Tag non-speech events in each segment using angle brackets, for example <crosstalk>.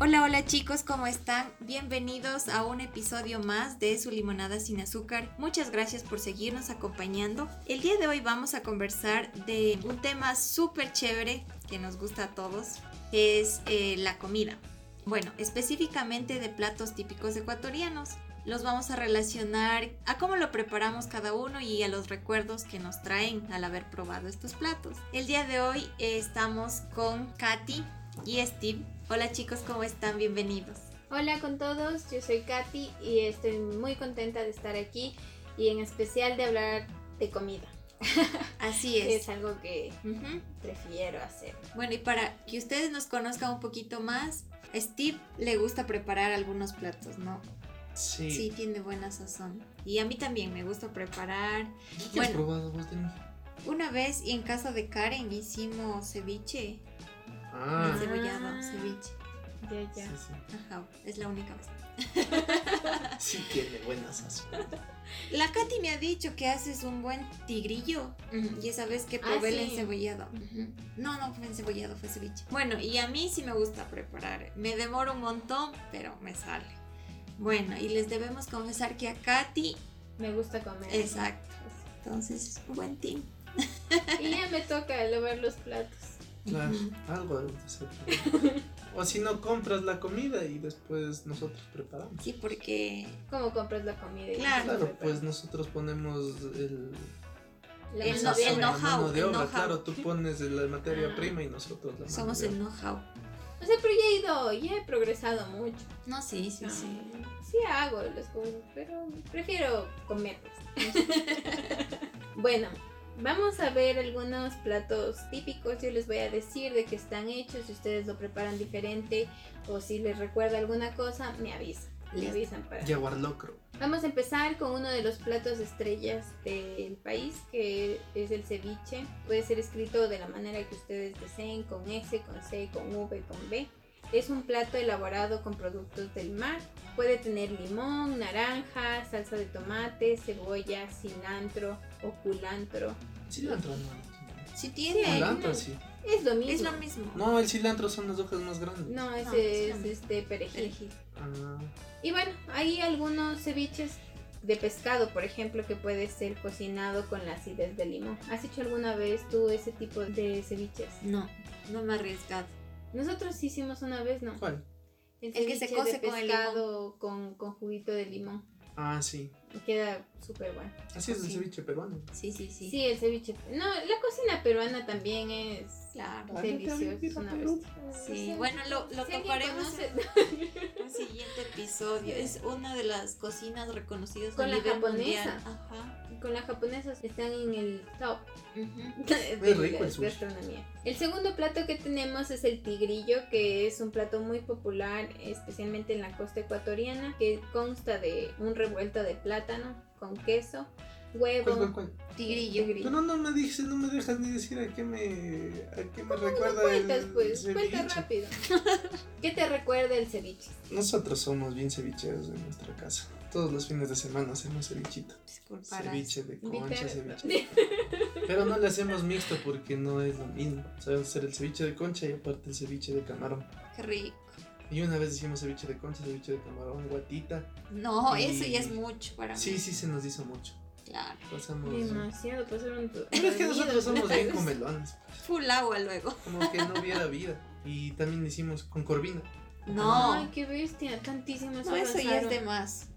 Hola, hola chicos, ¿cómo están? Bienvenidos a un episodio más de Su Limonada sin Azúcar. Muchas gracias por seguirnos acompañando. El día de hoy vamos a conversar de un tema súper chévere que nos gusta a todos, que es eh, la comida. Bueno, específicamente de platos típicos ecuatorianos. Los vamos a relacionar a cómo lo preparamos cada uno y a los recuerdos que nos traen al haber probado estos platos. El día de hoy eh, estamos con Katy y Steve. Hola chicos, ¿cómo están? Bienvenidos. Hola con todos, yo soy Katy y estoy muy contenta de estar aquí y en especial de hablar de comida. Así que es. Es algo que Ujú. prefiero hacer. Bueno, y para que ustedes nos conozcan un poquito más, a Steve le gusta preparar algunos platos, ¿no? Sí. Sí, tiene buena sazón. Y a mí también me gusta preparar. ¿Qué Bueno. has probado vos de mí? Una vez y en casa de Karen hicimos ceviche, Ah, Sí. cebollado, Ah. ceviche. Ya, sí, ya. sí. Ajá, es la única vez. Sí tiene <laughs> buena sazón. La Katy me ha dicho que haces un buen tigrillo. Y esa vez que Ah, probé el sí. encebollado. Ujú. No, no fue encebollado, fue ceviche. Bueno, y a mí sí me gusta preparar. Me demoro un montón, pero me sale. Bueno, y les debemos confesar que a Katy. Me gusta comer. Exacto. Entonces, un buen team. Y ya me toca lavar los platos. Claro, Ujú. algo debemos hacer. O si no, compras la comida y después nosotros preparamos. Sí, porque ¿Cómo compras la comida? y Claro. cómo Claro, pues preparas? nosotros ponemos el... La El mano de no- el la obra. know-how, mano de el obra, know-how. Claro, tú pones la materia Ah. prima y nosotros la mano somos de el obra. know-how. O sea, pero ya he ido, ya he progresado mucho. No, sí, sí, sí. Ah. Sí hago las cosas, pero prefiero comerlas. <laughs> bueno, vamos a ver algunos platos típicos. Yo les voy a decir de qué están hechos. Si ustedes lo preparan diferente o si les recuerda alguna cosa, me avisan. Me Listo. avisan para. Jaguar locro. Vamos a empezar con uno de los platos estrellas del país, que es el ceviche. Puede ser escrito de la manera que ustedes deseen, con S, con C, con V, con B. Es un plato elaborado con productos del mar. Puede tener limón, naranja, salsa de tomate, cebolla, cilantro o culantro. Cilantro no. Sí tiene. Sí, Cilantro no. sí. Es lo mismo. es lo mismo. No, el cilantro son las hojas más grandes. No, ese No, es lo es mismo. este perejil. Elegí. Ah, Y bueno, hay algunos ceviches de pescado, por ejemplo, que puede ser cocinado con la acidez de limón. ¿Has hecho alguna vez tú ese tipo de ceviches? No, no me he arriesgado. Nosotros hicimos una vez, ¿no? ¿cuál? El que se ceviche cose de con el pescado con, con juguito de limón. Ah, sí. Y Queda súper bueno. Así es el Sí. ceviche peruano. Sí, sí, sí. Sí. el ceviche. No, la cocina peruana también es Claro. deliciosa. es una bestia. Sí, bueno, lo, lo Si alguien tocaremos conoce- <laughs> en un siguiente episodio. Es una de las cocinas reconocidas Con a la nivel japonesa. mundial. Ajá. con las japonesas están en el top. Ujú. de rico la el sushi. gastronomía. El segundo plato que tenemos es el tigrillo, que es un plato muy popular, especialmente en la costa ecuatoriana, que consta de un revuelto de plátano con queso, ¿Cuál, Pues, cuál, huevo, cuál? Tigrillo. tigrillo. Pero no me dices, no me dejas ni decir a qué me, a qué me recuerda Cuentas, el pues, ceviche. cuenta <laughs> rápido. ¿Qué te recuerda el ceviche? Nosotros somos bien cevicheros en nuestra casa. Todos los fines de semana hacemos cevichito. Disculparás. Ceviche de concha, Invitar- <laughs> ceviche. Pero no le hacemos mixto porque no es lo mismo. Sabemos hacer el ceviche de concha y aparte el ceviche de camarón. Qué rico. Y una vez hicimos ceviche de concha, ceviche de camarón, guatita. No, Y- eso ya es mucho para mí. Sí, sí, se nos hizo mucho. Claro. Pasamos. Demasiado, pues, pasaron tu- Pero es que dormidos, nosotros <laughs> somos bien platos. comelones. Full agua luego. Como que no hubiera vida. Y también lo hicimos con corvina. No. Ay, qué bestia, tantísimas No, eso ya es avanzaron. de más.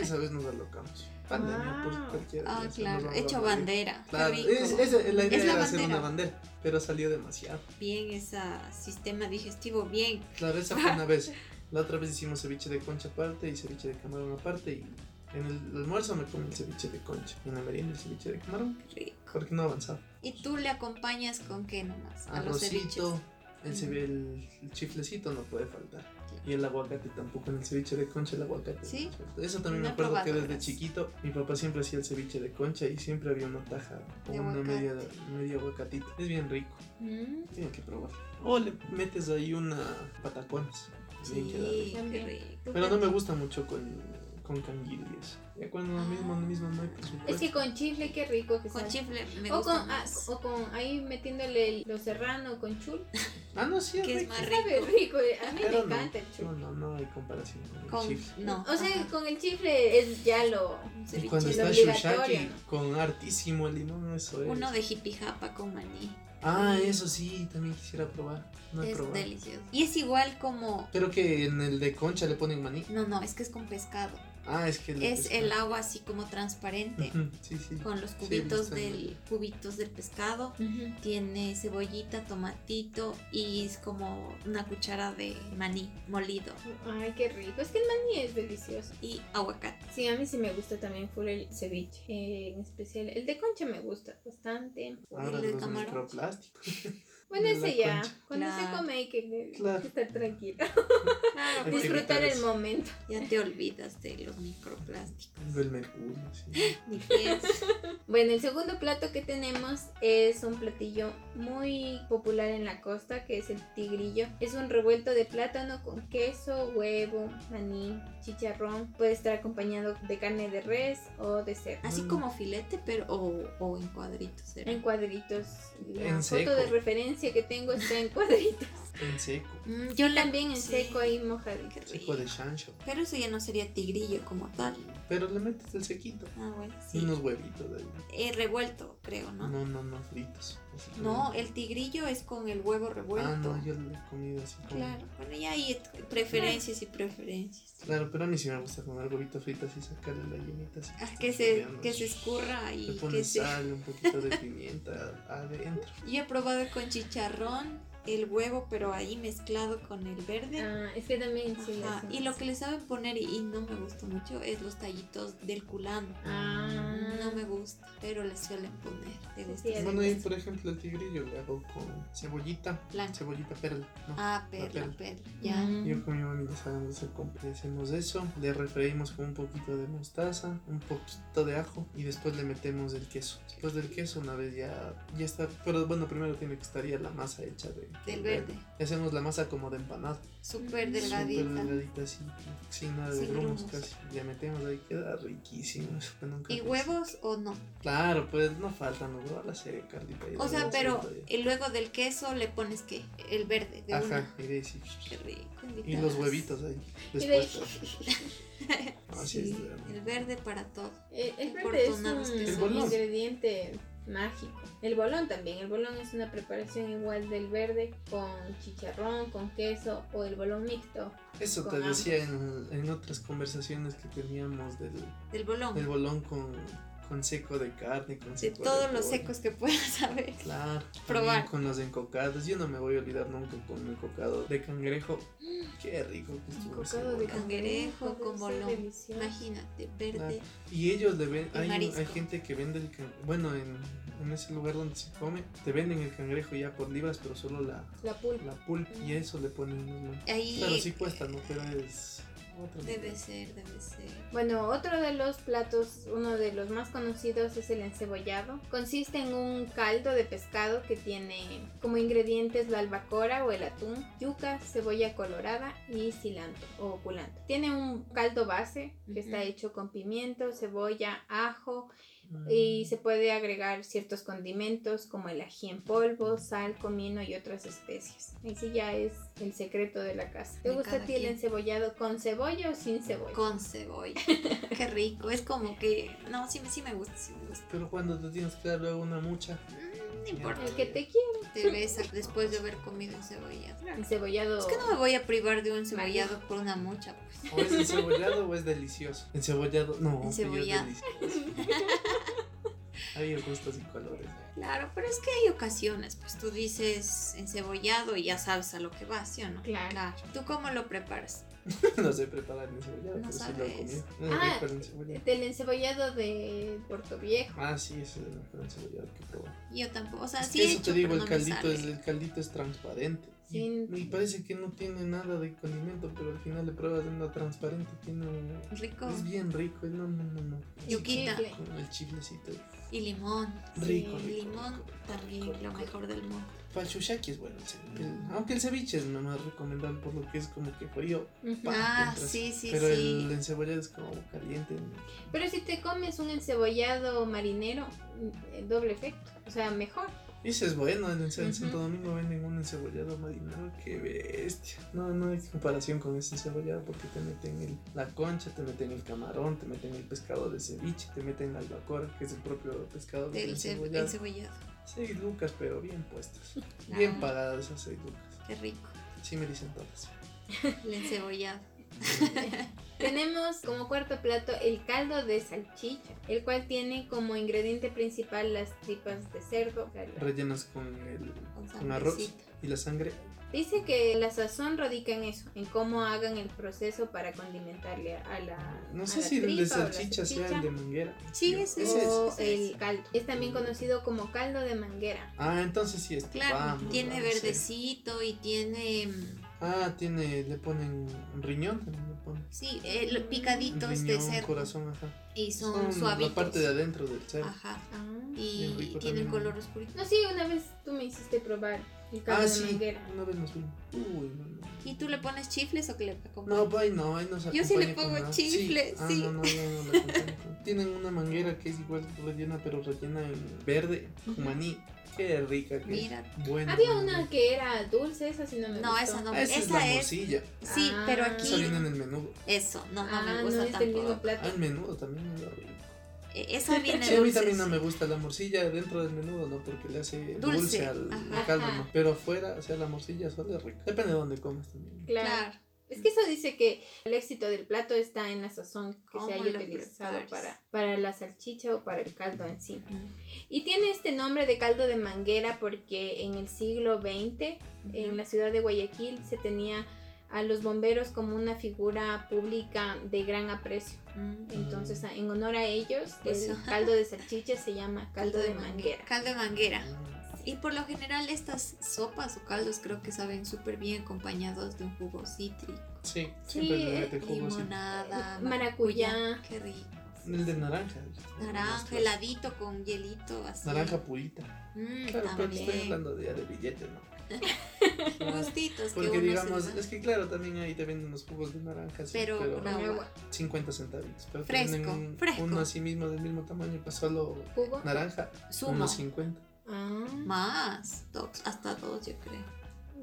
Esa vez nos alocamos. Pandemia, Wow. por cualquier Ah, cosa, nos claro. vamos a Hecho morir. bandera. Qué ¿eh? Claro, rico. es, es- la idea Es la era hacer bandera. una bandera, pero salió demasiado. Bien ese sistema digestivo, bien. Claro, esa fue <laughs> una vez. La otra vez hicimos ceviche de concha aparte y ceviche de camarón aparte. Y en el almuerzo me comí el ceviche de concha. Y en la merienda el ceviche de camarón. Qué rico. Porque no avanzaba. ¿Y tú le acompañas con qué nomás? A los ceviches. Arrocito, el, ce- el, el chiflecito no puede faltar. Claro. Y el aguacate tampoco. En el ceviche de concha, el aguacate. ¿Sí? no falta. Eso también No me he acuerdo que probado, desde verás. chiquito mi papá siempre hacía el ceviche de concha y siempre había una taja o De una aguacate. media, media aguacatito. Es bien rico. Mm, Tienen que probar. O le metes ahí una patacones. Bien queda Sí, rico. qué También. rico. Pero no me gusta mucho con, con canguil y eso. Ya cuando Ah. mismo, mismo no hay presupuesto. Es que con chifle, qué rico que Con sabe. chifle me O gusta con, ah, más. o con ahí metiéndole el- lo serrano con chul. Ah, no, sí, es Que es rico. más Sabe rico. rico, eh, a mí me Pero no, encanta el no, chufle. no, no hay comparación con el Con, chifle. no. O sea, ajá. con el chifle es ya lo... Un Y ceviche cuando de- está obligatorio, Shushaki con hartísimo limón, eso es. Uno de jipijapa con maní. Ah, eso sí, también quisiera probar. No he es probado. delicioso. Y es igual como. Pero que en el de concha le ponen maní. No, no, es que es con pescado. Ah, es que le Es pescan. <laughs> el agua así como transparente. Ujú, Sí, sí. Con los Sí, cubitos está del cubitos del pescado. Tiene cebollita, tomatito y es como una cuchara de maní molido Ay, qué rico. Es que el maní es delicioso. y aguacate. Sí, a mí sí me gusta también full el ceviche. eh, en especial, el de concha me gusta bastante. Ahora ¿Y lo de los camarón? microplásticos. Bueno, Ah, De la ese ya. concha. Cuando Claro. se come hay que, Claro. que estar tranquilo. Hay que Disfrutar evitar el eso. momento. Pues, Ya te olvidas de los microplásticos. El mercurio, <laughs> sí. Ni pienses. Bueno, el segundo plato que tenemos es un platillo muy popular en la costa, que es el tigrillo. Es un revuelto de plátano con queso, huevo, maní, chicharrón. Puede estar acompañado de carne de res o de cerdo. Así Mm. como filete, pero o, o en cuadritos. ¿será? En cuadritos. La En foto seco. de referencia que tengo está en <laughs> cuadritos. En seco. Mm, yo le- También en sí. seco ahí mojadito. Qué Seco de rico. chancho. Pero eso ya no sería tigrillo como tal. Pero le metes el sequito. Ah, bueno, Y sí. unos huevitos de ahí. Eh, revuelto, creo, ¿no? No, no, no, fritos. Así como- No, el tigrillo es con el huevo revuelto. Ah, no, yo lo he comido así como. Claro, bueno, ya hay preferencias y preferencias. Claro, pero a mí sí me gusta comer huevitos fritos y sacarle la yemita así. Ah, que, se, Veamos. que se escurra Le y que pones se... sal, un poquito de pimienta <laughs> adentro. Yo he probado con chicharrón el huevo, pero ahí mezclado con el verde. Ah, es que también sí. Ajá, hacen Y lo así. que le saben poner, y no me gusta mucho, es los tallitos del culano. Ah. No me gusta, pero le suelen poner. ¿Te gusta? Sí, este. sí. Bueno, y por ejemplo el tigrillo le hago con cebollita, Blanca. cebollita perla, ¿no? Ah, perla, La perla. Ah. Ya. Yo con mi mami nos hagamos el completo. Hacemos eso, le refreímos con un poquito de mostaza, un poquito de ajo y después le metemos el queso. Después del queso, una vez ya, ya está. Pero bueno, primero tiene que estar ya la masa hecha de, Del verde. Y Hacemos la masa como de empanada. Súper Mm, delgadita. Súper delgadita, así, sin nada de Sin grumos grumos. casi. Le metemos ahí, queda riquísimo. eso que nunca ¿Y pensé. huevos o no? Claro, pues no faltan los huevos a la serie, Carlita. y O los sea, huevos pero fritos eh, luego del queso le pones que el verde de ya. Ajá, una. y de ahí sí. Qué rico. Y los huevitos ahí. Y de- Después. Ah, Así Sí, es, de verdad. el verde para todo. Eh, El No verde es importa, nada más que El un bolón. ingrediente mágico. El bolón también. El bolón es una preparación igual del verde con chicharrón, con queso o el bolón mixto. Eso te Con decía en, en otras conversaciones que teníamos del, Del bolón. del bolón con, con seco de carne, con de seco de todos los pollo. secos que <laughs> puedas haber. Claro, Probar. también con los encocados. Yo no me voy a olvidar nunca con un cocado de <gasps> cangrejo. Qué rico que Un estuvo ese cocado de bolón. Cangrejo con cangrejo, debe ser bolón. delicioso. Imagínate, verde. Y ellos le ven, Y hay, marisco. hay gente que vende el cangrejo. Bueno, en, en ese lugar donde se come, te venden el cangrejo ya por libras, pero solo la, La pulpa. la pulpa y eso le ponen unos man- Ahí Claro, sí cuesta, ¿no? Pero es. Otro debe ser, debe ser. Bueno, otro de los platos, uno de los más conocidos es el encebollado. Consiste en un caldo de pescado que tiene como ingredientes la albacora o el atún, yuca, cebolla colorada y cilantro o culantro. Tiene un caldo base que está Ujú. hecho con pimiento, cebolla, ajo Mm. y se puede agregar ciertos condimentos como el ají en polvo, sal, comino y otras especias. Ese ya es el secreto de la casa. ¿Te De gusta cada a ti el quien. encebollado con cebolla o sin cebolla? Con cebolla. Qué rico. Es como que. No, sí, me- sí me gusta, sí me gusta. Pero cuando te tienes que dar luego una mucha. Mm, No importa. El que te quiere. Te besas después de haber comido cebollado. Encebollado. Es que no me voy a privar de un cebollado por una mucha, pues. O es encebollado o es delicioso. Encebollado, no. que ya Encebollado. es delicioso. Hay gustos y colores. ¿eh? Claro, pero es que hay ocasiones, pues tú dices encebollado y ya sabes a lo que vas, ¿sí o no? Claro. ¿Tú cómo lo preparas? No sé preparar encebollado, No pero sí lo he sabes. comido. No es Ah, rico el encebollado. Del encebollado de Puerto Viejo. Ah, sí, ese es el mejor encebollado que he probado. Yo tampoco, o sea, Es sí que he eso hecho, te digo, pero el no me caldito, sale. es, el caldito es transparente. Sí. Y, y parece que no tiene nada de condimento, pero al final le pruebas una transparente. Tiene, rico es bien rico. No, no, no. no. Así Yuquita. Chicle. Con el chiflecito. y limón. Sí, Rico, rico. El limón rico, rico, también rico, lo rico. mejor del mundo. Para el shushaki es bueno el ceviche. El- aunque el ceviche es lo más recomendable por lo que es como que frío. Ujú. pa, Ah, te entras. sí, sí, Pero sí. el encebollado es como caliente. <laughs> Pero si te comes un encebollado marinero, mm, eh, doble efecto. O sea, mejor. Y si es bueno, en, el- en Ujú. Santo Domingo venden un encebollado marinero, qué bestia. No, no hay comparación con ese encebollado porque te meten el- la concha, te meten el camarón, te meten el pescado de ceviche, te meten la albacora, que es el propio pescado del Del ce- encebollado. encebollado. Seis lucas, pero bien puestas. Bien Ah. pagadas esas seis lucas. Qué rico. Sí me dicen todas. El encebollado. Tenemos como cuarto plato el caldo de salchicha, el cual tiene como ingrediente principal las tripas de cerdo. Rellenas con el Con con arroz sandwichita. y la sangre. Dice que la sazón radica en eso, en cómo hagan el proceso para condimentarle a la No a sé la si el tripa o de la salchicha sea el de manguera. Sí, Yo- ese ese es. o ese es. el caldo. Es también conocido como caldo de manguera. Ah, entonces sí está. Claro, Vamos, tiene vamos, sí. verdecito y tiene. mm, Ah, tiene, le ponen riñón, también le ponen. Sí, eh, lo- picaditos de Riñón, cerdo. corazón, ajá. Y son, la suavitos. parte de adentro del cerdo. Ajá. Ah. Bien Y rico tienen también. color oscuro. No, sí, una vez tú me hiciste probar el caldo Ah, de sí, manguera. una vez nos vimos. Uy, no, no. ¿Y tú le pones chifles o que le acompañas? No, ay no, ay no se Yo sí le acompaña con pongo nada. chifle, Ah, sí. no, no, no, no, la acompaña con- Tienen una manguera que es igual rellena, pero rellena en verde, Ujú. con maní. Qué rica que Mira. es. Bueno. Había bueno, una bueno. que era dulce, esa sí no pues, me No, gustó. esa no. Ah, esa, es esa la es. morcilla. Sí, Ah. pero Esa viene aquí. en el menudo. Eso, no, no Ah, me gusta no es del mismo tampoco. Ah, plato. el menudo también es horrible. Eh, Esa viene Sí, a mí también no dulce. me gusta la morcilla dentro del menudo, no, porque le hace Dulce, dulce, al, ajá. al caldo, Ajá. no. Pero afuera, o sea, la morcilla sola es rica. Depende de dónde comas también. Claro. Claro. Es que eso dice que el éxito del plato está en la sazón que ¿Cómo se haya lo utilizado prepares? para, para la salchicha o para el caldo en sí. Y tiene este nombre de caldo de manguera porque en el siglo XX, en la ciudad de Guayaquil, se tenía a los bomberos como una figura pública de gran aprecio. Mm. Entonces, a- en honor a ellos, Eso. <laughs> el caldo de salchicha se llama caldo de manguera. Pues Caldo de manguera. Ah, Y por lo general estas sopas o caldos creo que saben súper bien acompañados de un jugo cítrico. Sí, Sí, siempre le mete jugo así. eh, Limonada, Eh, Maracuyá. Qué rico. El de naranja. Naranja, la heladito con hielito así. Naranja purita. Mm, Claro, pero te estoy también. hablando de, de billete, <laughs> ¿no? Claro, Gustitos que Porque uno se digamos, da. es que claro, también ahí te venden unos jugos de naranja, sí, Pero pero, con Con Agua. agua, 50 centavitos. Pero te Fresco, venden un- fresco. uno así mismo del mismo tamaño, pues solo jugo. naranja, Sumo. unos 50. Ah, Más, dos, hasta dos yo creo.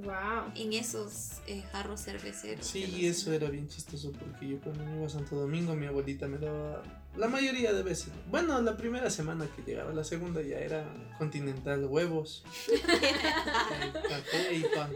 wow. En esos eh, jarros cerveceros. Sí, que los- y eso era bien chistoso porque yo cuando me iba a Santo Domingo mi abuelita me daba la mayoría de veces. Bueno, la primera semana que llegaba, la segunda ya era continental, <laughs> huevos, <laughs> eh, café y pan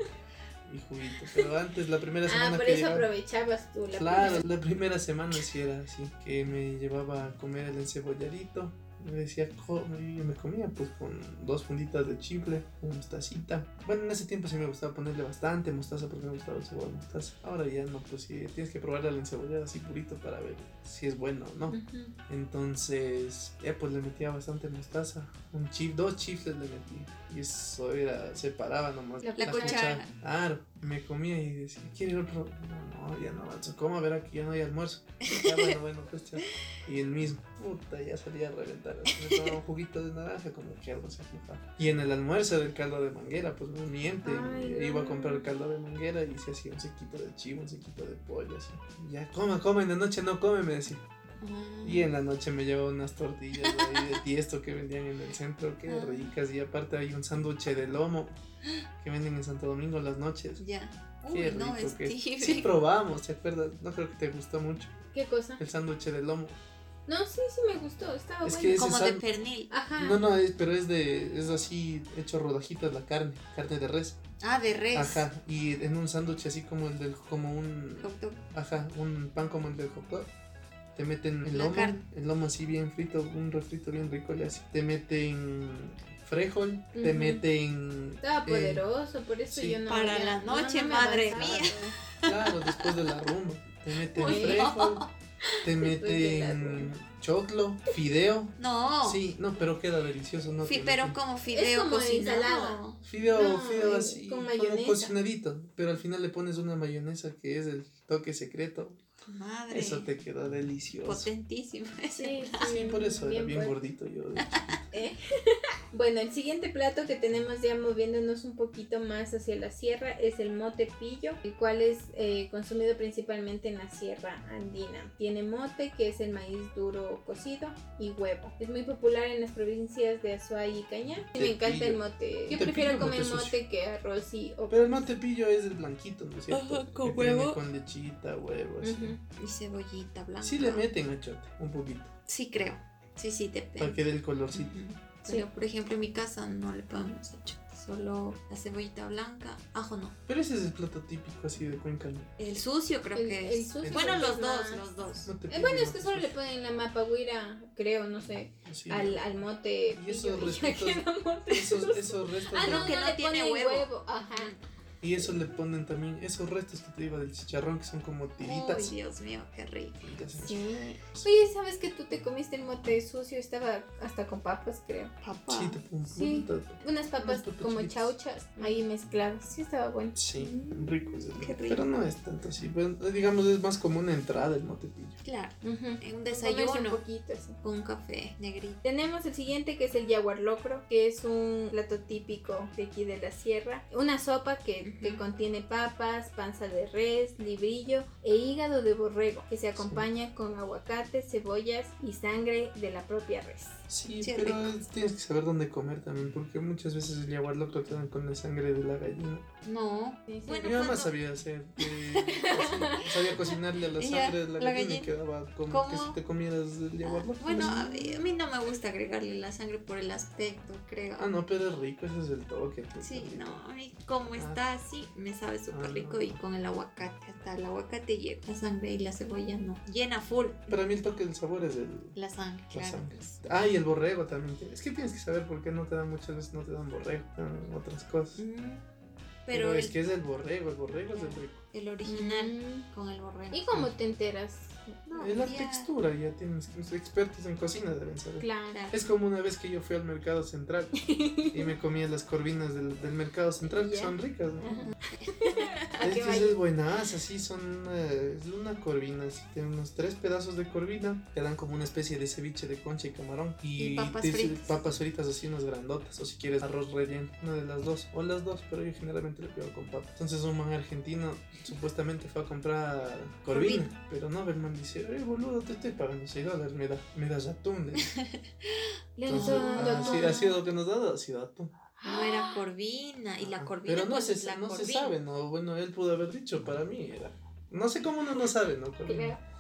y juguito. Pero antes, la primera Ah, semana por que eso llegaba... aprovechabas tú la Claro, la primera semana sí era así, que me llevaba a comer el encebolladito. Me decía, co- y me comía pues con dos funditas de chifle, con mostacita. Bueno, en ese tiempo sí me gustaba ponerle bastante mostaza porque me gustaba el sabor de mostaza. Ahora ya no, pues sí, tienes que probarle al encebollado así purito para ver si es bueno o no. Ujú. Entonces, eh, pues le metía bastante mostaza. Un chif, dos chifles le metí. Y eso era, separaba nomás. La cuchara. Claro. Y me comía y decía, ¿quiere otro? No, no, ya no avanzo. ¿Cómo? A ver, aquí ya no hay almuerzo. Ya, bueno, bueno, pues chao. Y el mismo, puta, ya salía a reventar. Así Me tomaba un juguito de naranja, como que algo se aflojaba. Y en el almuerzo del caldo de manguera, pues me miente. Ay, iba a no. comprar caldo de manguera y se hacía un sequito de chivo, un sequito de pollo, así. Y ya, coma, coma, en la noche no come, me decía. Mm. Y en la noche me llevaba unas tortillas ahí de tiesto que vendían en el centro, que Ah. ricas. Y aparte hay un sándwich de lomo que venden en Santo Domingo las noches. Ah, Ya. Qué Uy, no, rico es que es. terrible. Sí probamos, ¿te acuerdas? No creo que te gustó mucho ¿Qué cosa? el sándwich de lomo. No, sí, sí me gustó, estaba Es bueno. que- ese Como de sal- pernil. Ajá. No, no, es, pero es de es así hecho rodajitas la carne, carne de res. Ah, de res. Ajá, y en un sándwich así como el del como un Hot dog. Ajá, un pan como el del hot dog. Te meten el La lomo, carne. el lomo así bien frito, un refrito bien rico, le así. Te meten frejol, te Ujú. meten... Estaba eh, poderoso, por eso sí. yo no. Para la no, no noche, me madre avanzaba. mía. claro, después de la rumba. Te meten Uy, no. frejol, te Después de la meten rumba. choclo, fideo. No. Sí, no, pero queda delicioso, ¿no? Fi- Te pero meten- como fideo como cocinado. ensalada. Fideo, No, fideo en- así, con como mayonesa. cocinadito, pero al final le pones una mayonesa que es el toque secreto. Madre. Eso te queda delicioso. Potentísimo. <laughs> Sí, Sí, por eso era bien fuerte. gordito yo. de ¿Eh? Bueno, el siguiente plato que tenemos ya moviéndonos un poquito más hacia la sierra es el mote pillo, el cual es eh, consumido principalmente en la sierra andina. Tiene mote, que es el maíz duro cocido, y huevo. Es muy popular en las provincias de Azuay y Cañar. Sí, me Te encanta pillo. el mote. Yo Te prefiero pillo, mote comer sucio. mote que arroz y o Pero el matepillo es el blanquito, ¿no es cierto? Ajá, con Que tiene huevo. Con lechita, huevo, así. Ujú. Eh, Y cebollita blanca. Sí le meten achote, un poquito, Sí, creo. Sí, sí, para depende. que dé el colorcito. Ujú. Pero, por ejemplo, en mi casa no le ponemos achote, solo la cebollita blanca, ajo no. Pero ese es el plato típico así de Cuenca, ¿no? El sucio creo El- que el es. sucio bueno, es los más- dos, los dos. Matepillo, Eh, bueno, es que mate solo le sucio. ponen la mapa guira, creo, no sé, Sí. al, al mote Y eso pillo <laughs> y ya respetas- queda mote Esos, sucio. esos restos Ah, de- no, Que no, no le tiene ponen huevo. huevo. Ajá. Y eso le ponen también, esos restos que te iba del chicharrón, que son como Uy, tiritas. Dios mío, qué rico. Tiritas, ¿eh? Sí. Oye, ¿sabes que tú te comiste el mote sucio? Estaba hasta con papas, creo. Papá. Sí, te ponen Sí. poquito- Unas papas Unas papas como chiquitas. chauchas ahí mezcladas. Sí, estaba bueno. Sí, Mm. ricos. Qué rico. Pero no es tanto así. pero, digamos, es más como una entrada el motepillo. Claro, Ujú. en un Comerse un desayuno poquito, así. con un café negrito. Tenemos el siguiente que es el jaguar locro, que es un plato típico de aquí de la sierra. Una sopa que, que Ujú. contiene papas, panza de res, librillo e hígado de borrego, que se acompaña con aguacate, cebollas y sangre de la propia res. Sí, Sí, pero rico. tienes que saber dónde comer también, porque muchas veces el jaguar lo tratan con la sangre de la gallina. No. Sí, sí. Bueno, Mi mamá cuando- sabía hacer, <laughs> eh, así, sabía cocinarle a la Ya, sangre de la, la gallina y gallina. quedaba como que ¿Cómo? si te comieras el Ah, Pues, jaguar locro. bueno, a mí, a mí no me gusta agregarle la sangre por el aspecto, creo. Ah, no, pero es rico, ese es el toque. pues, Sí, rico. no, a mí como Ah. está así, me sabe súper Ah, rico no. y con el aguacate, hasta el aguacate llena la sangre y la cebolla no. Llena full Para mí el toque del sabor es el, la sangre, La claro. sangre. Ah, y el borrego también. Es que tienes que saber por qué no te dan muchas veces, no te dan borrego, te dan otras cosas. Mm, Pero Pero es el, que es el borrego, el borrego es el rico. el original Mm. con el borrego. ¿Y cómo te enteras? No, es la ya- textura, ya tienes los expertos en cocina deben saber. Claro. Es como una vez que yo fui al mercado central y me comía las corvinas del, del mercado central, que Ya. son ricas, ¿no? Ajá. <laughs> Ah, ¿A Es qué que va? esas es buenas, así son eh, es una corvina, así tiene unos tres pedazos de corvina, te dan como una especie de ceviche de concha y camarón y, Y papas te- fritas. papas fritas así unas grandotas o si quieres arroz relleno, una de las dos o las dos, pero yo generalmente lo pido con papas. Entonces un man argentino supuestamente fue a comprar corvina, pero no, el man dice, eh boludo, te estoy pagando 6 dólares, me, da, me das atún. le dice. Le han Entonces, estado dando ah, sí, atún. ha sido lo que nos da, ha sido atún. Ah, No era corvina. Y la Ajá. corvina Pero no, pues, se, es la no se corvina. <laughs> sabe, ¿no? Bueno, él pudo haber dicho, para mí era. No sé cómo uno no sabe, ¿no? Corvina. Claro.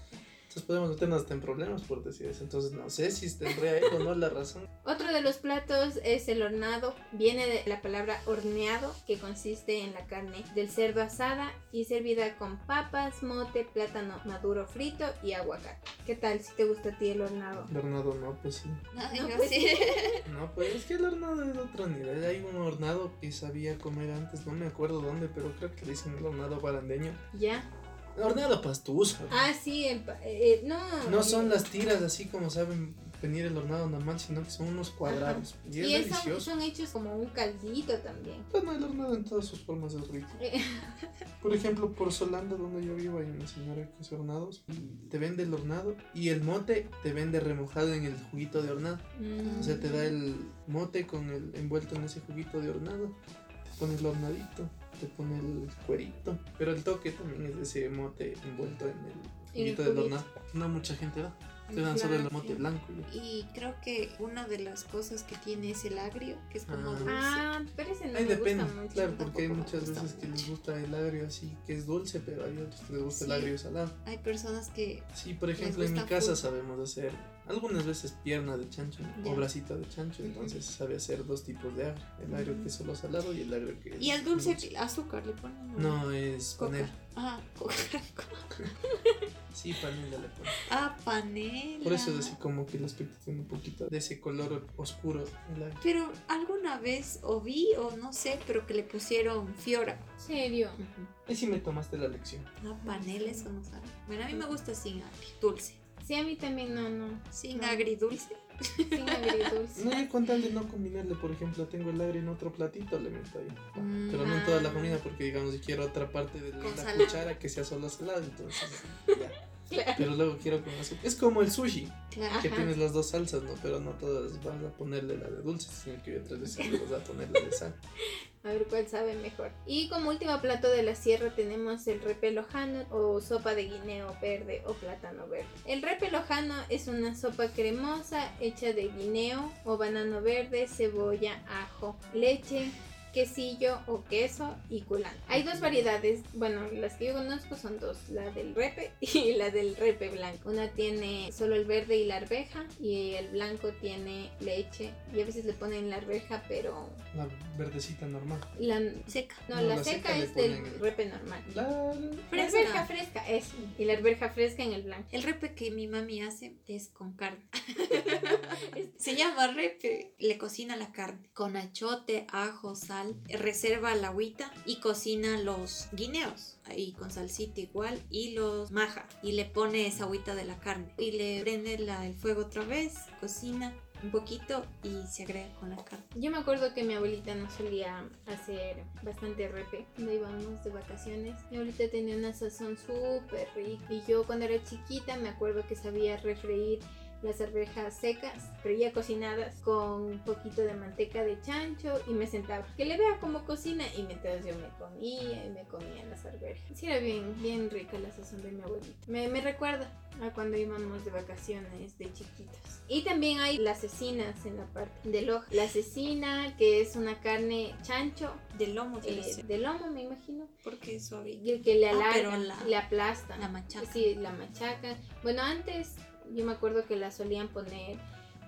Entonces podemos meternos hasta en problemas por decir eso. Entonces no sé si tendré ahí o no la razón. Otro de los platos es el hornado. Viene de la palabra horneado, que consiste en la carne del cerdo asada y servida con papas, mote, plátano maduro frito y aguacate. ¿Qué tal si te gusta a ti el hornado? El hornado no, pues sí. Ay, No, yo pues, sí. No, pues es que el hornado es otro nivel. Hay un hornado que sabía comer antes, no me acuerdo dónde, pero creo que le dicen el hornado barandeño. ¿Ya? Hornado pastuso. Ah, sí, el pa- eh, no. No son las tiras así como saben venir el hornado normal, sino que son unos cuadrados. Y es Y es- son, delicioso. son hechos como un caldito también. Bueno, el hornado en todas sus formas <laughs> es rico. Eh, Por ejemplo, por Solanda, donde yo vivo, hay una señora que hace hornados. y Te vende el hornado y el mote te vende remojado en el juguito de hornado. mm. O sea, te da el mote con el envuelto en ese juguito de hornado. Te pone el hornadito, te pone el cuerito. Pero el toque también es de ese mote envuelto en el En el juguito del juguito. hornado. No mucha gente da. Te dan solo el Claro, mote sí. blanco. y ya. Y creo que una de las cosas que tiene es el agrio, que es como Ah. dulce. Ah, pero ese no Ahí me depende, gusta mucho. claro, porque hay tampoco me muchas gusta veces que les mucho. gusta el agrio así, que es dulce, pero hay otros que les gusta el Sí. agrio salado. Hay personas que Sí, por Les ejemplo, en mi gusta casa full. sabemos hacer algunas veces pierna de chancho Ya. o bracito de chancho, Ujú. entonces sabe hacer dos tipos de agrio, el agrio que es solo salado y el agrio que es y el dulce que- azúcar le ponen ¿o No, es coca. panela. Ah, coca. <laughs> Sí, panela le ponen. Ah, panela. Por eso es así como que el aspecto tiene un poquito de ese color oscuro. El agrio. Pero alguna vez o vi o no sé, pero que le pusieron fiora. ¿En serio? Ahí sí me tomaste la lección. Ah, panela, eso no sabe. Bueno, a mí me gusta sin agri, dulce. Sí, a mí también no, no. Sin No. agri, dulce. Sin agridulce. No, yo con tal de no combinarle, por ejemplo, tengo el agrio en otro platito, le meto ahí. Mm, Pero no en toda la ah. comida, porque digamos, yo quiero otra parte de la Con salada. <laughs> cuchara que sea solo salado, entonces ya. Claro. Pero luego quiero con azúcar. Es como el sushi, que Ajá. tienes las dos salsas, ¿no? Pero no todas vas a ponerle la de dulce, sino que otras veces le vas a poner la de sal. A ver cuál sabe mejor. Y como último plato de la sierra tenemos el repe lojano o sopa de guineo verde o plátano verde. El repe lojano es una sopa cremosa hecha de guineo o banano verde, cebolla, ajo, leche, quesillo o queso y culán. Hay dos variedades, bueno, las que yo conozco son dos, la del repe <laughs> y la del repe blanco. Una tiene solo el verde y la arveja y el blanco tiene leche y a veces le ponen la arveja pero La verdecita normal. la, Seca. no, No, la, la seca, seca le es del ponen- repe normal. La... La Fresca. alberja fresca es. Y la alberja fresca en el blanco. El repe que mi mami hace es con carne. Se llama repe. Le cocina la carne con achote, ajo, sal. Reserva la agüita y cocina los guineos. Ahí con salsita igual y los maja. Y le pone esa agüita de la carne. Y le prende la- el fuego otra vez. Cocina un poquito y se agrega con la carne. Yo me acuerdo que mi abuelita nos solía hacer bastante repe cuando íbamos de vacaciones. Mi abuelita tenía una sazón súper rica. Y yo cuando era chiquita me acuerdo que sabía refreír las arvejas secas, pero ya cocinadas, con un poquito de manteca de chancho y me sentaba. Que le vea cómo cocina y mientras yo me comía y me comía las arvejas. Sí, era bien, bien rica la sazón de mi abuelita. Me, me recuerda a cuando íbamos de vacaciones de chiquitos. Y también hay las cecinas en la parte del ojo. La cecina, que es una carne chancho, De lomo de eh, de lomo me imagino, porque es suave. y el que le Ah, alarga, pero la- le aplasta. La machaca. Sí, la machacan. Bueno, antes yo me acuerdo que la solían poner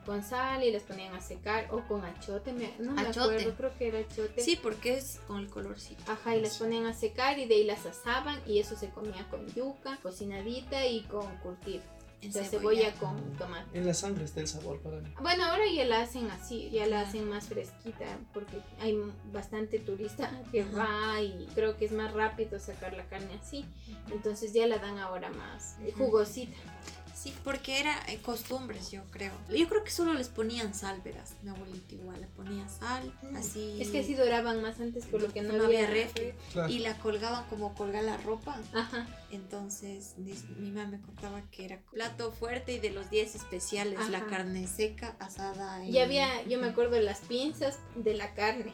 con sal y las ponían a secar o con achote, me- no me Achote. acuerdo, creo que era achote. Sí, porque es con el colorcito. Ajá, y las ponían a secar y de ahí las asaban y eso se comía con yuca, cocinadita y con curtido. En O sea, cebolla. cebolla con tomate. En la sangre está el sabor para mí. Bueno, ahora ya la hacen así, ya la Ajá. hacen más fresquita porque hay bastante turista que Ajá. va y creo que es más rápido sacar la carne así. Entonces ya la dan ahora más Ujú. jugosita. Sí, porque era eh, costumbres, yo creo. Yo creo que solo les ponían sal, verás. Mi abuelita igual le ponía sal, Mm. así. Es que así doraban más antes por lo que no, No había, había refri. Claro. Y la colgaban como colgar la ropa. Ajá. Entonces dis- mi mamá me contaba que era plato fuerte y de los 10 especiales. La Ajá. carne seca, asada. Y había, yo me acuerdo, las pinzas de la carne.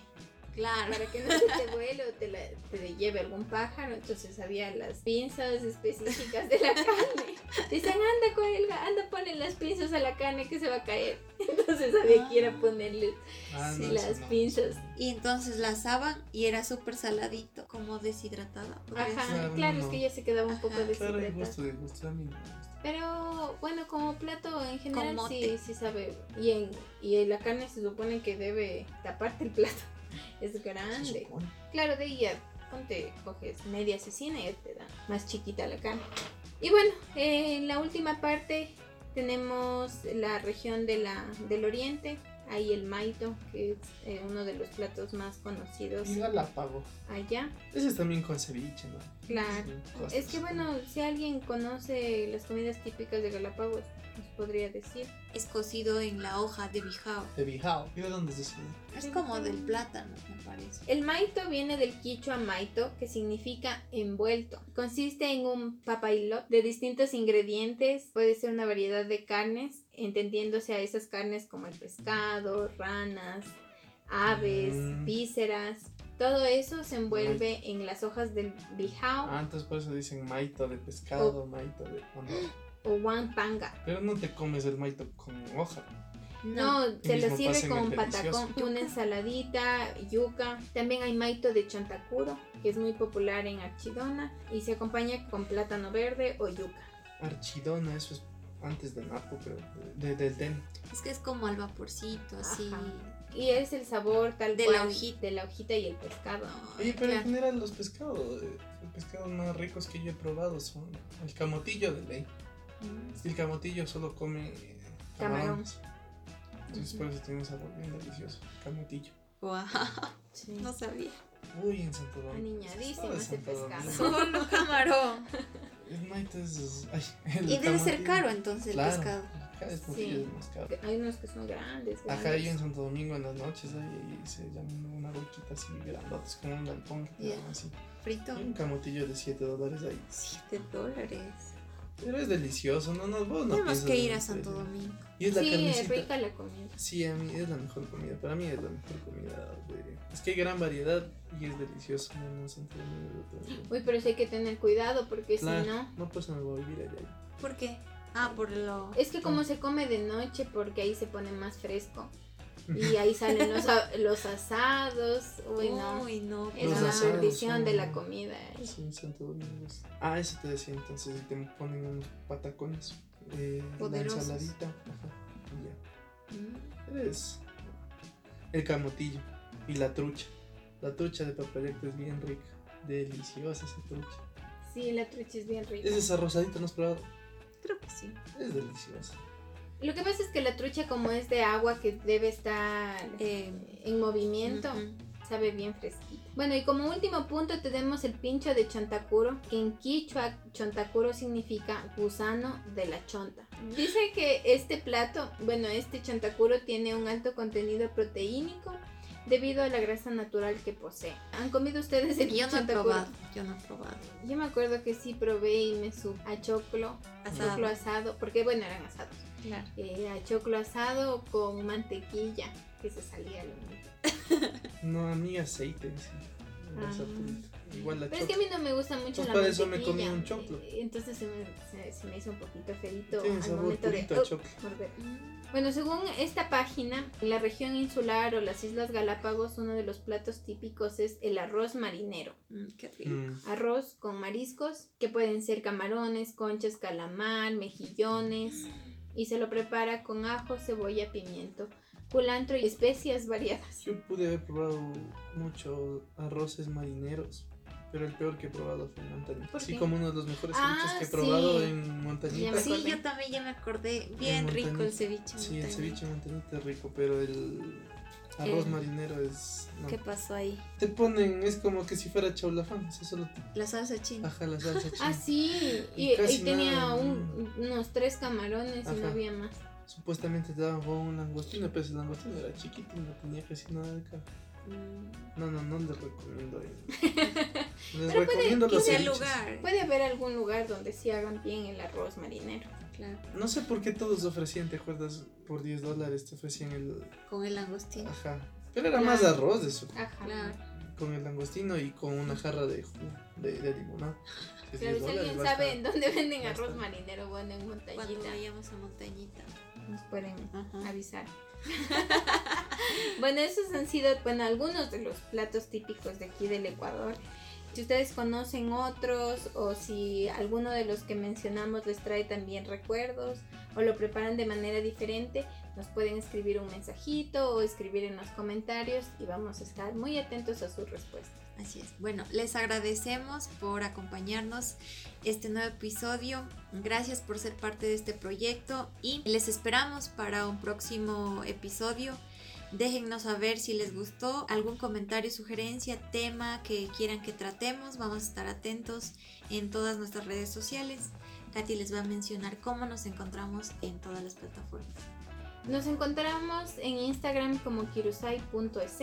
Claro. Para que no se te vuele o te, la- te lleve algún pájaro. Entonces había las pinzas específicas de la carne. Dicen, anda, cuelga, anda, ponle las pinzas a la carne que se va a caer. <laughs> Entonces había que ir a ponerle Ah, Sí, eso las pinzas. Y entonces la asaban y era súper saladito, como deshidratada. porque Ajá, Claro, claro, no. Ah, es que ya se quedaba un poco Ajá. Claro, hay deshidratada. gusto, de gusto. A mí no me gusta. Pero bueno, como plato en general Con sí, mote. sí sabe. Y, en, y en la carne se supone que debe taparte el plato. <laughs> Es Se grande. supone. Claro, de ahí ya ponte, coges media asesina y ya te da más chiquita la carne. Y bueno, eh, en la última parte tenemos la región de la, del oriente. Ahí el maito, que es eh, uno de los platos más conocidos Y Galápago. allá. Ese es también con ceviche, ¿no? Claro. Cosas. Es que bueno, si alguien conoce las comidas típicas de Galápagos, nos podría decir. Es cocido en la hoja de bijao. De Bijao. ¿Y de dónde es eso? Es como del plátano, me parece. El maito viene del quichua maito, que significa envuelto. Consiste en un papailot de distintos ingredientes, puede ser una variedad de carnes, entendiéndose a esas carnes como el pescado, ranas, aves, Mm. vísceras. Todo eso se envuelve en las hojas del bijao Ah, entonces por eso dicen maito de Oh. pescado, maito de... o no. o wampanga. Pero no te comes el maito con hoja. No, se lo mismo sirve pasa en con el delicioso. patacón, una ensaladita, yuca. También hay maito de chontacuro, que es muy popular en Archidona, y se acompaña con plátano verde o yuca. Archidona, eso es antes de Napo, pero de- del den. Es que es como al vaporcito, así. Ajá. Y es el sabor tal De cual la hojita. de la hojita y el pescado. No, Oye, pero en claro. general los pescados, eh, los pescados más ricos que yo he probado son el camotillo de ley. Mm. El camotillo solo come eh, Camarón. camarones. Entonces por eso tiene un sabor bien delicioso. Camotillo. Guau, Sí. no sabía. <laughs> Uy, en Santo Domingo. Aniñadísimo Todo de ese Santo pescado. Domingo. Solo camarón. El maito es... <laughs> ay, el Y debe ser camotillo. caro entonces el Claro, pescado. Acá es como Sí. que es más caro. Hay unos que son grandes. Acá grandes. yo en Santo Domingo en las noches ahí se llama una boquita así grandota, es como un galpón que te Ya. dan así. Frito, Hay un camotillo de 7 dólares ahí. 7 dólares. Pero es delicioso, no, no, vos no Tenemos piensas que en ir a estrella. Santo Domingo. Y es la sí, es carnecita. rica la comida. Sí, a mí es la mejor comida. Para mí es la mejor comida. de- Es que hay gran variedad y es delicioso. No, no, Santo Domingo, yo también. Uy, pero sí hay que tener cuidado porque Claro. si no... No, pues no me voy a vivir allá. ¿Por qué? Ah, por lo... Es que como Mm. se come de noche porque ahí se pone más <laughs> fresco y ahí salen los, a- los asados. Uy, no. Uy, no. pues, Es Los una claro. asados, perdición de la mm. comida. Sí, Santo Domingo. es- Ah, eso te decía entonces. y Te ponen unos patacones. Eh, una Poderosos. ensaladita. Ajá. Y ya. Mm. Es el camotillo y la trucha. La trucha de papeleta es bien rica. Deliciosa esa trucha. Sí, la trucha es bien rica. Es esa rosadita, ¿no has probado? Creo que sí. Es deliciosa. Lo que pasa es que la trucha como es de agua que debe estar Eh, en movimiento, <laughs> ujú. sabe bien fresquita. Bueno, y como último punto tenemos el pincho de chontacuro, que en quichua chontacuro significa gusano de la chonta. Dice que este plato, bueno, este chontacuro tiene un alto contenido proteínico debido a la grasa natural que posee. ¿Han comido ustedes el Yo no he chontacuro? probado. Yo no he probado. Yo me acuerdo que sí probé y me sub a choclo, Asado. choclo asado, porque bueno, eran asados. Claro. Era choclo asado con mantequilla que se salía lo mismo. No, a mí aceite. sí. Ah. Esa trucha. Igual la Pero es que choca. a mí no me gusta mucho Pues la para mantequilla. eso me comí un choclo. eh, Entonces se me, se- se me hizo un poquito feito Tiene al sabor momento de purito a oh, choque. morder. Mm, Bueno, según esta página, en la región insular o las Islas Galápagos, uno de los platos típicos es el arroz marinero. Mm, qué rico. Mm. Arroz con mariscos, que pueden ser camarones, conchas, calamar, mejillones, y se lo prepara con ajo, cebolla, pimiento, culantro y especias variadas. Yo pude haber probado muchos arroces marineros, pero el peor que he probado fue en Montañita. ¿Por Sí, qué? como uno de los mejores Ah, ceviches que he sí. probado en Montañita. me Sí, acordé. yo también ya me acordé. Bien Mm. El rico el montañito. ceviche. Sí, el montañito. ceviche en Montañita es rico, pero el arroz El- marinero es... no. ¿Qué pasó ahí? Te ponen, es como que si fuera chaulafán, o sea, solo te La salsa china. baja la salsa china. Mm. Ah, sí, y, Y casi y tenía nada. un- unos tres camarones y no Ajá. había más. Supuestamente te daban como un langostino, pero ese langostino era chiquito y no tenía casi nada de cara. Mm. No, no, no les recomiendo. <laughs> eh. les puede- recomiendo los Quise el ceviches. lugar. Puede haber algún lugar donde sí hagan bien el arroz marinero. Claro, No sé por qué todos ofrecían, ¿te acuerdas? Por 10 dólares te ofrecían el... con el langostino. Ajá. Pero era Claro. más arroz de su... Ajá. Claro. Con el langostino y con una jarra de jugo, de, de limonada. Es Claro, 10 si dólares, alguien basta. sabe en dónde venden basta. arroz marinero, bueno, en Cuando montañita, vayamos a montañita. nos pueden Ajá. avisar. <laughs> bueno, esos han sido, bueno, algunos de los platos típicos de aquí del Ecuador. Si ustedes conocen otros o si alguno de los que mencionamos les trae también recuerdos o lo preparan de manera diferente, nos pueden escribir un mensajito o escribir en los comentarios y vamos a estar muy atentos a sus respuestas. Así es. Bueno, les agradecemos por acompañarnos este nuevo episodio. Gracias por ser parte de este proyecto y les esperamos para un próximo episodio. Déjennos saber si les gustó, algún comentario, sugerencia, tema que quieran que tratemos. Vamos a estar atentos en todas nuestras redes sociales. Katy les va a mencionar cómo nos encontramos en todas las plataformas. Nos encontramos en Instagram como kirusai.es,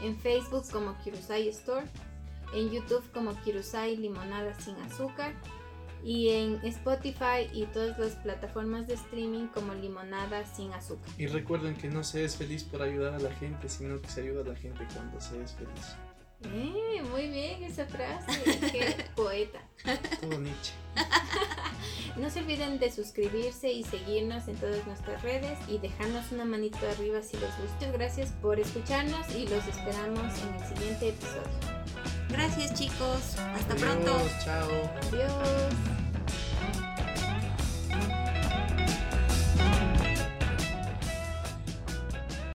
en Facebook como kirusai store, en YouTube como kirusai limonada sin azúcar y en Spotify y todas las plataformas de streaming como limonada sin azúcar. Y recuerden que no se es feliz por ayudar a la gente, sino que se ayuda a la gente cuando se es feliz. Eh, muy bien esa <laughs> frase, qué poeta. Todo Nietzsche. No se olviden de suscribirse y seguirnos en todas nuestras redes y dejarnos una manito arriba si les gusta. Muchas gracias por escucharnos y los esperamos en el siguiente episodio. Gracias chicos, hasta Adiós, pronto. Chao. Adiós.